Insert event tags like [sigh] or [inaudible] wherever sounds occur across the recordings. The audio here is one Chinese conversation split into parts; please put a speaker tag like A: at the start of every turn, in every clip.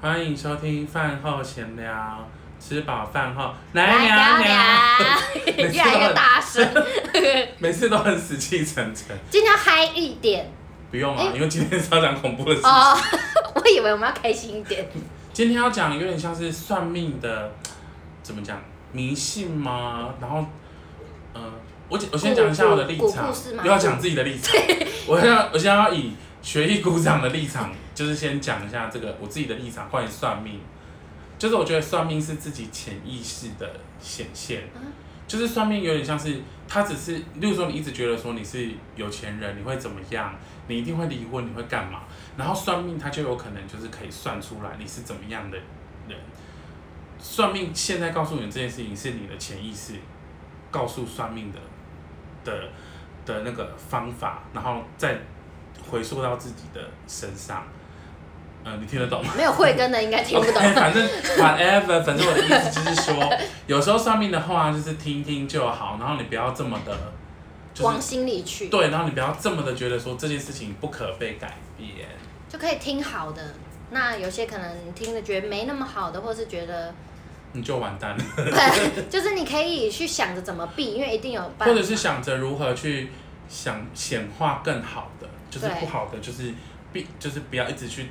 A: 欢迎收听饭后闲聊，吃饱饭后
B: 来 [laughs]
A: 来
B: 聊
A: 聊聊。
B: 聊，
A: 每次
B: 越来越大声。
A: 每次都很死气沉沉，
B: 今天要嗨一点
A: 不用啊，因为今天是要讲恐怖的事。
B: 哦， [laughs] 我以为我们要开心一点。
A: 今天要讲有点像是算命的，怎么讲迷信吗？然后，嗯、我我先讲一下我的立
B: 古
A: 场
B: 故事，吗
A: 又要讲自己的立
B: [laughs]
A: 场。我要我先要以学艺鼓掌的立场，就是先讲一下这个我自己的立场关于算命。就是我觉得算命是自己潜意识的显现，
B: 啊
A: 就是算命有点像是他只是，例如说你一直觉得说你是有钱人，你会怎么样，你一定会离婚，你会干嘛？然后算命它就有可能就是可以算出来你是怎么样的人。算命现在告诉你这件事情是你的潜意识告诉算命的的的那个方法，然后再回溯到自己的身上。呃，你听得懂吗？
B: 没有慧根的应该听不懂。
A: OK，反 [laughs] 正 whatever，反正我的意思就是说，有时候算命的话就是听听就好，然后你不要这么的，就
B: 往
A: 是
B: 心里去，
A: 对，然后你不要这么的觉得说这件事情不可被改变。
B: 就可以听好的。那有些可能听着觉得没那么好的，或是
A: [laughs]
B: 觉得，
A: 你就完蛋了，
B: 对，就是你可以去想着怎么避，因为一定有办
A: 或者
B: 法。
A: 是想着如何去想显化更好的，就是
B: 对
A: 不好的，就是必就是不要一直去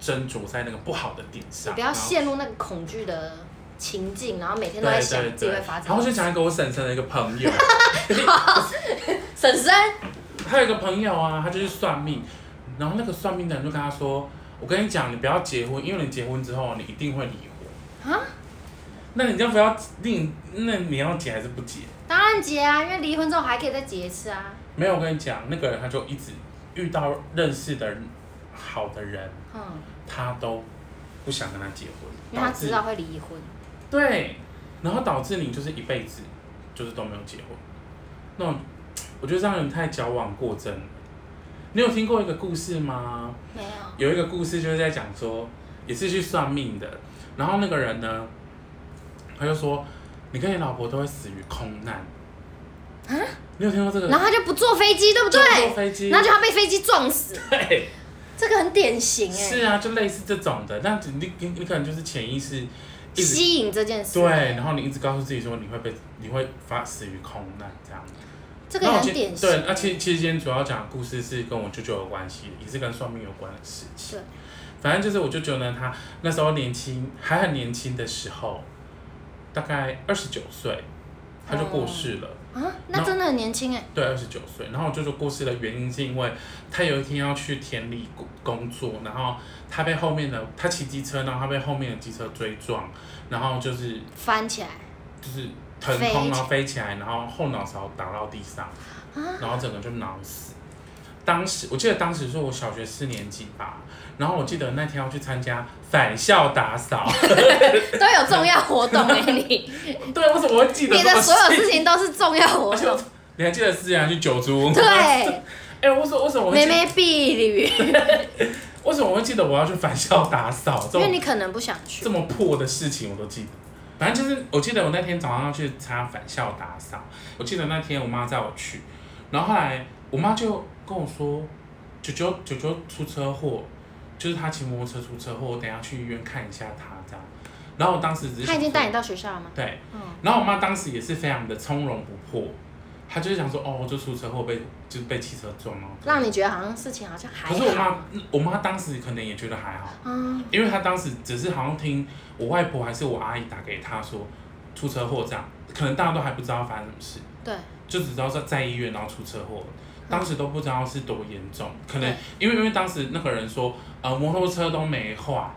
A: 斟酌在那个不好的点
B: 你
A: 上，
B: 不要
A: 然后
B: 陷入那个恐惧的情境，然后每天都在
A: 对
B: 想
A: 对
B: 自己
A: 对
B: 会发，生
A: 然后就
B: 什么事。
A: 讲一个我婶婶的一个朋
B: [laughs]
A: 友，
B: 婶婶，
A: 他有一个朋友啊，他就是算命，然后那个算命的人就跟他说：“我跟你讲，你不要结婚，因为你结婚之后你一定会离婚。”
B: 啊？
A: 那你要不要另？那你要结还是不结？
B: 当然结啊，因为离婚之后还可以再结一次啊。
A: 没有，我跟你讲，那个人他就一直遇到认识的人好的人，
B: 嗯，
A: 他都不想跟他结婚，
B: 因为他
A: 导致
B: 知道会离婚。
A: 对，然后导致你就是一辈子就是都没有结婚，那种我觉得让人太矫枉过正了。你有听过一个故事吗？
B: 没有，
A: 有一个故事就是在讲说，也是去算命的，然后那个人呢，他就说，你跟你老婆都会死于空难。你有听过这个？
B: 然后啊他就不坐飞机，对不对？
A: 坐飞机
B: 然后就哎他被飞机撞死，
A: 对，
B: 这个很典型哎、
A: 是啊，就类似这种的。但你你你可能就是潜意识一直
B: 吸引这件事。
A: 对，然后你一直告诉自己说你会被你会发死于空难这样。
B: 这个
A: 那
B: 也
A: 我
B: 很
A: 今
B: 典型。欸
A: 对，那其实其实今天主要讲的故事是跟我舅舅有关系，也是跟算命有关的事情
B: 对。
A: 反正就是我舅舅呢，他那时候年轻，还很年轻的时候，大概二十九岁，他就过世了。
B: 啊，那真的很年轻哎、
A: 对，二十九岁。然后我舅舅过世的原因是因为他有一天要去田里工工作，然后他被后面的他骑机车，然后他被后面的机车追撞，然后就是
B: 翻起来
A: 就是腾
B: 飞
A: 空，
B: 起
A: 然后飞起来，然后后脑勺打到地上，
B: 啊
A: 然后整个就脑死。当时我记得当时是我小学四年级吧，然后我记得那天要去参加返校打扫， [laughs]
B: 都有重要活动哎、你
A: 对，为什么我会记得
B: 你
A: 这么
B: 的所有
A: 细
B: 事情都是重要活
A: 而 [laughs] 且我
B: 动。
A: 你还记得思然去九族？
B: 对，
A: [laughs] 哎、为什么为什么我会记
B: 妹妹避旅，
A: 为什么我会记得我要去返校打扫？ [laughs] 这
B: 因为
A: 种
B: 你可能不想去
A: 这。么破的事情我都记得。反正就是，我记得我那天早上要去擦返校打扫，我记得那天我妈载我去，然后后来我妈就跟我说，九九九九出车祸，就是她骑摩托车出车祸，我等一下去医院看一下她这样。然后我当时只是
B: 他已经
A: 想说
B: 带你到学校了吗？
A: 对，
B: 嗯
A: 然后我妈当时也是非常的从容不迫，她就是想说，哦，我就出车祸被就是被汽车撞了。
B: 让你觉得好像事情好像还
A: 可是我妈
B: 好。，
A: 我妈当时可能也觉得还好，
B: 嗯，
A: 因为他当时只是好像听我外婆还是我阿姨打给他说出车祸这样，可能大家都还不知道发生什么事，
B: 对，
A: 就只知道在在医院然后出车祸了，当时都不知道是多严重，可能
B: 对
A: 因为因为当时那个人说呃摩托车都没坏，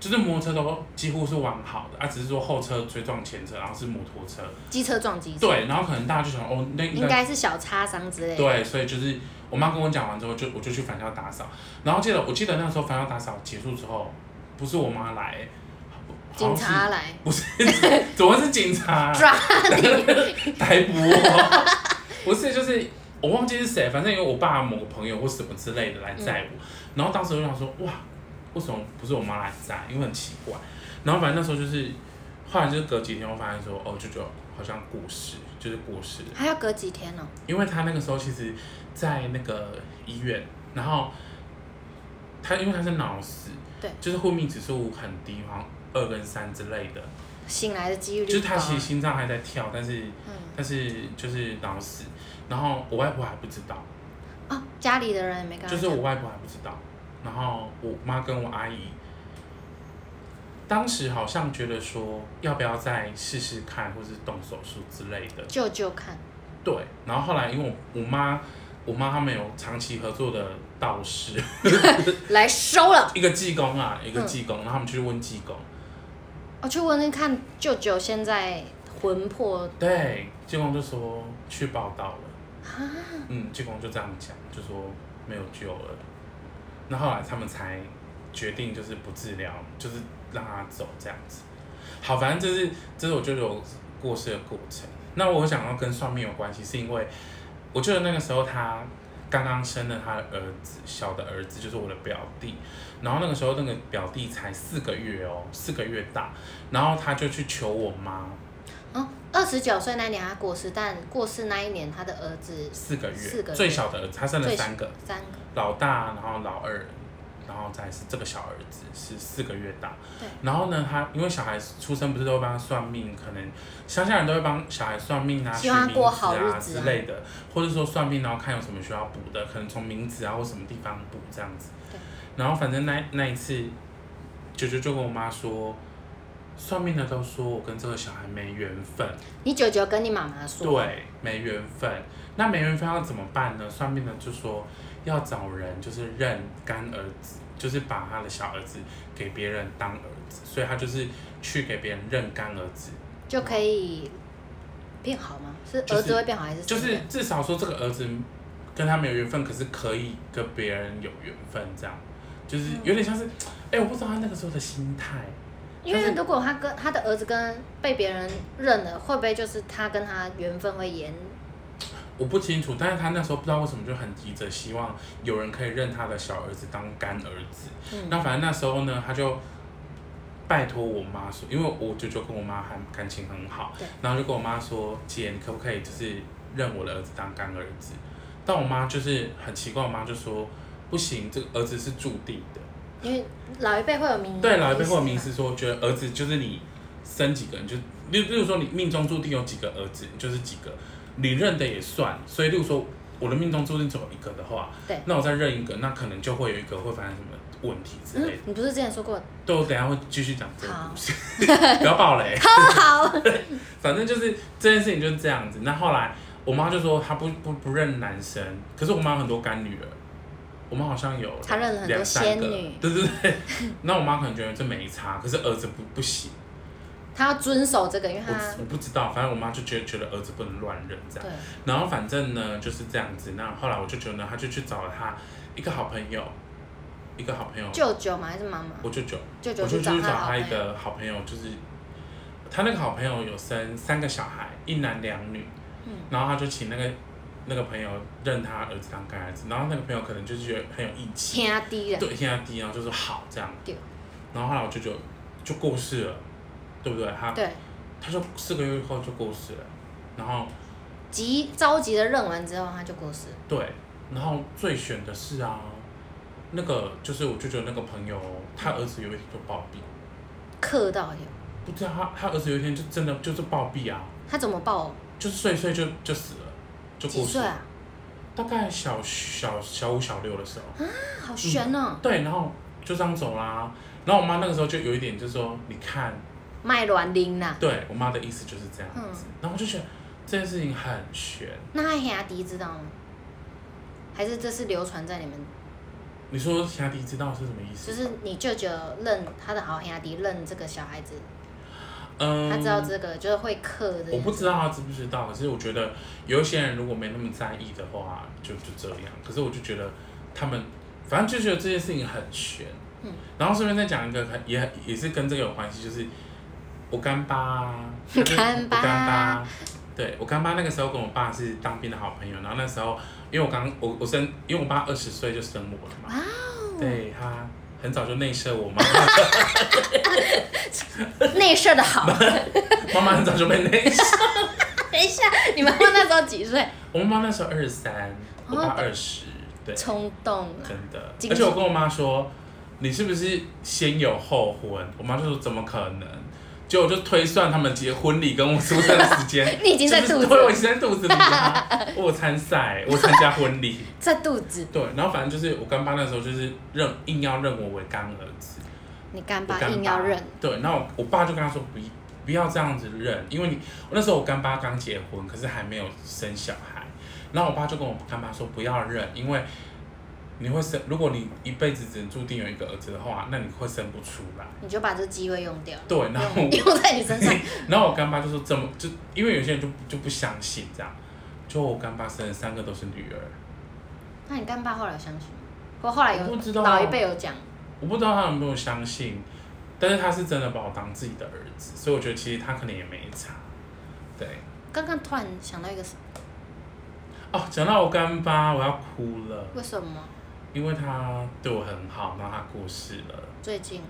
A: 就是摩托车都几乎是完好的，啊只是说后车追撞前车，然后是摩托车，
B: 机车撞机车，
A: 对，然后可能大家就想哦那应
B: 应
A: 该
B: 该是小擦伤之类的。
A: 对，所以就是我妈跟我讲完之后就我就去返校打扫，然后记得我记得那时候返校打扫结束之后，不是我妈来。好像
B: 警
A: 是
B: 察来
A: 不是， [laughs] 怎么是警察、
B: 抓
A: 逮捕我？不是，就是我忘记是谁，反正有我爸某个朋友或什么之类的来载我，
B: 嗯
A: 然后当时我就想说，哇，为什么不是我妈来载？因为很奇怪。然后反正那时候就是，后来就是隔几天我发现说，哦，舅舅好像过世，就是过世了，
B: [laughs] 还要隔几天哦、
A: 因为他那个时候其实在那个医院，然后。他因为他是脑死，
B: 对，
A: 就是昏迷指数很低，好像二跟三之类的，
B: 醒来的几率
A: 就是他
B: 高
A: 其实心脏还在跳，但是
B: 嗯
A: 但是就是脑死，然后我外婆还不知道，
B: 啊，家里的人也没跟他
A: 就
B: 讲，
A: 是我外婆还不知道，然后我妈跟我阿姨，当时好像觉得说要不要再试试看，或是动手术之类的，
B: 舅舅看，
A: 对，然后后来因为我我妈我妈他们有长期合作的道士，
B: 来收了，
A: [laughs] 一个济公啊，一个
B: 嗯
A: 济公，然后他们去问济公，
B: 我哦去问问看舅舅现在魂魄
A: 对，济公就说去报道了，
B: 啊，
A: 嗯，济公就这样讲，就说没有救了，那后来他们才决定就是不治疗，就是让他走这样子。好，反正就是这是我舅舅过世的过程。那我想要跟算命有关系，是因为我记得那个时候他刚刚生了他的儿子，小的儿子就是我的表弟，然后那个时候那个表弟才四个月哦，四个月大，然后他就去求我妈，
B: 哦，二十九岁那年他过世，但过世那一年他的儿子
A: 四个月，
B: 四个月
A: 最小的儿子，他生了
B: 最小
A: 三个，
B: 三个，
A: 老大，然后老二，然后再是这个小儿子是四个月大。
B: 对。
A: 然后呢，他因为小孩出生不是都会帮他算命，可能乡下人都会帮小孩算命啊，
B: 希
A: 取
B: 望他
A: 名字
B: 过好日
A: 啊
B: 子啊
A: 之类的，或者说算命然后看有什么需要补的，可能从名字啊或什么地方补这样子
B: 对。
A: 然后反正那那一次，九九就跟我妈说，算命的都说我跟这个小孩没缘分。
B: 你舅舅跟你妈妈说，
A: 对，没缘分。那没缘分要怎么办呢？算命的就说要找人，就是认干儿子，就是把他的小儿子给别人当儿子，所以他就是去给别人认干儿子，
B: 就可以变好吗？是
A: 就是
B: 儿子会变好还是
A: 就
B: 孙子
A: 是至少说这个儿子跟他没有缘分，可是可以跟别人有缘分，这样就是有点像是，哎、我不知道他那个时候的心态。
B: 因
A: 就
B: 为
A: 是
B: 如果他跟他的儿子跟被别人认了，会不会就是他跟他缘分会延？
A: 我不清楚，但是他那时候不知道为什么就很急着希望有人可以认他的小儿子当干儿子，
B: 嗯，
A: 那反正那时候呢，他就拜托我妈说，因为我舅舅跟我妈还感情很好
B: 对，
A: 然后就跟我妈说，姐，你可不可以就是认我的儿子当干儿子？但我妈就是很奇怪，我妈就说不行，这个儿子是注定的。
B: 因为老一辈会有名，
A: 对，老一辈会有迷
B: 名
A: 思，说，觉得儿子就是你生几个，你就例例如说你命中注定有几个儿子，你就是几个，你认的也算。所以，例如说我的命中注定只有一个的话，
B: 对
A: 那我再认一个，那可能就会有一个会发生什么问题之类的
B: 嗯。，你不是之前说过？
A: 对，我等一下会继续讲这个故事， [laughs] 不要爆雷。
B: 好，
A: 反正就是这件事情就是这样子。那后来我妈就说她不不不认男生，可是我妈有很多干女儿，我妈好像有
B: 她认了很多
A: 两三个
B: 仙女
A: 对对对。 [laughs] 那我妈可能觉得这没差，可是儿子不不行，
B: 他要遵守这个，因为
A: 我
B: 他
A: 我不知道，反正我妈就觉得觉得儿子不能乱认这样。
B: 嗯对，
A: 然后反正呢就是这样子。那后来我就觉得呢，她就去找了她一个好朋友，一个好朋友，
B: 舅舅嘛还是妈妈？
A: 我舅舅。
B: 舅舅
A: 我就去
B: 去找
A: 找
B: 他的好
A: 他
B: 朋
A: 一
B: 友，
A: 个好朋友，就是他那个好朋友有生三个小孩，一男两女，
B: 嗯
A: 然后他就请那个那个朋友认他儿子当干儿子，然后那个朋友可能就是觉得很有义气，
B: 天啊低了，
A: 对，天下第一，然后就说好这样
B: 对，
A: 然后后来我舅舅就过世了，对不对？他
B: 对，
A: 他就四个月后就过世了，然后
B: 急着急的认完之后他就过世了，
A: 对，然后最选的是啊，那个就是我舅舅那个朋友，他儿子有一天就暴毙，
B: 克到有，
A: 不知道他他儿子有一天就真的就是暴毙啊。
B: 他怎么报？
A: 就是睡一睡就就死了，就
B: 几
A: 过世
B: 岁
A: 了。
B: 啊？
A: 大概小小小五小六的时候，
B: 啊好悬哦，
A: 对，然后就这样走啦。然后我妈那个时候就有一点就说，你看，
B: 卖卵磷呐，
A: 对我妈的意思就是这样
B: 嗯
A: 子。然后我就觉得这件事情很悬。
B: 那他黑阿迪知道吗？还是这是流传在你们？
A: 你说霞迪知道是什么意思？
B: 就是你舅舅认他的好兄弟认这个小孩子，
A: 嗯，
B: 他知道这个就是会克的。 [laughs]
A: 我不知道他知不知道，可是我觉得有一些人如果没那么在意的话，就就这样。可是我就觉得他们，反正就觉得这件事情很悬。
B: 嗯。
A: 然后顺便再讲一个，很也也是跟这个有关系，就是我干爸，他就
B: 干爸
A: 我干爸，对我干爸那个时候跟我爸是当兵的好朋友，然后那时候因为我刚我我生，因为我爸二十岁就生我了嘛，
B: 哇哦，
A: 对他很早就内射我妈， [laughs]
B: 内射的好。 [laughs]
A: 妈妈很早就被内射，
B: 等一下，你妈妈那时候几岁？ [laughs]
A: 我妈妈那时候二十三，我爸
B: 哦
A: 二十，对
B: 冲动啊
A: 真，的
B: 经。济，
A: 而且我跟我妈说，你是不是先有后婚？我妈就说怎么可能？结果我就推算他们结婚礼跟我出生的时间
B: [laughs] 你已经在
A: 就是
B: 肚子
A: 对，我已经在肚子里了。我有参赛，我参加婚礼，
B: 在肚子。
A: 对，然后反正就是我干爸那时候就是认硬要认我为干儿子，
B: 你干
A: 我
B: 爸
A: 干
B: 硬要认，
A: 对，然后我爸就跟他说不不要这样子认，因为你我那时候我干爸刚结婚，可是还没有生小孩，然后我爸就跟我干妈说不要认，因为你会生，如果你一辈子只能注定有一个儿子的话，那你会生不出来。
B: 你就把这机会用
A: [laughs]
B: 掉，
A: 对，然后
B: 用
A: 我
B: 用在你身上。 [laughs]
A: 然后我干妈就说怎么就因为有些人就就不相信这样，就我干爸生的三个都是女儿，
B: 那你干爸后来有相信吗？我后来有
A: 我不知道
B: 老一辈有讲，
A: 我不知道他有没有相信，但是他是真的把我当自己的儿子，所以我觉得其实他可能也没差。对，
B: 刚刚突然想到一个什么，
A: 哦，讲到我干爸，我要哭了，
B: 为什么
A: 因为他对我很好，然后他过世了，
B: 最近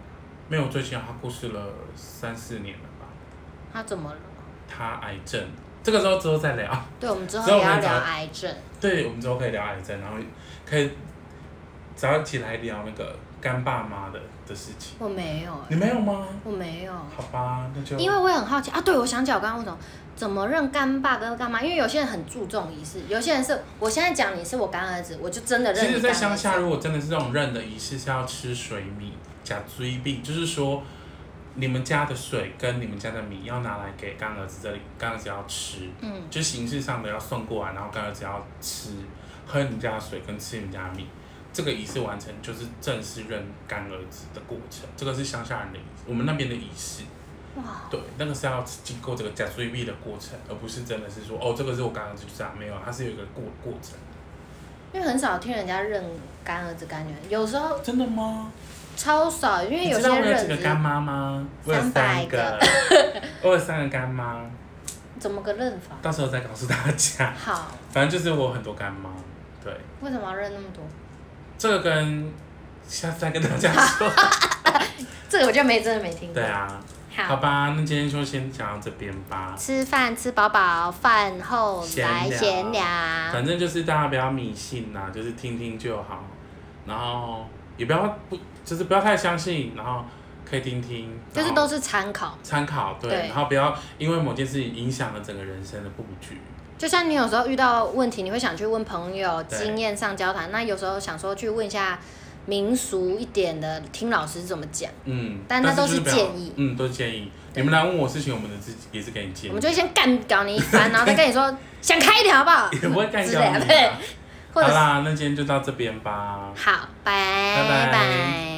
A: 没有最近他过世了三四年了吧，
B: 他怎么了？
A: 他癌症，这个时候之后再聊。 [laughs]
B: 对，我们之后
A: 所以
B: 也
A: 我们
B: 要聊
A: 找
B: 癌症，
A: 对，我们之后可以聊癌症，然后可以早一起来聊那个干爸妈的的事情。
B: 我没有、
A: 你
B: 欸，
A: 没有吗？
B: 我没有，
A: 好吧，那就
B: 因为我也很好奇啊。对，我想起来我刚刚为什么怎么认干爸跟干妈，因为有些人很注重仪式，有些人是我现在讲你是我干儿子，我就真的认
A: 其
B: 你
A: 实，在
B: 干儿
A: 乡下，
B: 子。
A: 如果真的是这种认的仪式，是要吃水米加追饼，就是说你们家的水跟你们家的米要拿来给干儿子这里，干儿子要吃，
B: 嗯，
A: 就形式上的要送过来，然后干儿子要吃喝你们家的水跟吃你们家的米，这个仪式完成就是正式认干儿子的过程，这个是乡下人的仪式，我们那边的仪式。
B: 哇，
A: 对，那个是要经过这个加追币的过程，而不是真的是说哦，这个是我干儿子就这样，没有，它是有一个过过程。
B: 因为很少听人家认干儿子干女儿，有时候
A: 哦真的吗？
B: 超少，因为
A: 你
B: 有
A: 知道
B: 些
A: 我有
B: 认
A: 几个
B: 只
A: 干妈吗？我有
B: 300
A: 三
B: 个
A: 个，
B: [laughs]
A: 我有三个干妈，
B: 怎么个认法？
A: 到时候再告诉大家。
B: 好，
A: 反正就是我有很多干妈，对，
B: 为什么要认那么多？
A: 这个跟下次再跟大
B: [laughs]
A: 家说。
B: 这个我就没真的没听过。
A: 对啊，好
B: 好，
A: 吧，那今天就先讲到这边吧。
B: 吃饭吃饱饱，饭后来闲
A: 闲
B: 聊。
A: 反正就是大家不要迷信啦，就是听听就好，然后也不要不就是不要太相信，然后可以听听，
B: 就
A: 然
B: 是
A: 后
B: 都是参考，
A: 参考对，
B: 对
A: 然后不要因为某件事情影响了整个人生的布局。
B: 就像你有时候遇到问题，你会想去问朋友
A: 对
B: 经验上交谈，那有时候想说去问一下民俗一点的，听老师怎么讲，
A: 嗯，
B: 但那都
A: 就是是不要
B: 建议
A: 嗯，都是建议。
B: 对
A: 你们来问我事情，我们的自己也是给你建
B: 我
A: 议
B: 们，就会先干搞你一番，然后再跟你说想开一条好不
A: [laughs]
B: 好？
A: 也不会干
B: 之
A: 掉
B: 类的
A: 你啊。
B: [laughs] 或
A: 好
B: 者是
A: 啦，那今天就到这边吧。
B: 好，拜
A: 拜拜
B: 拜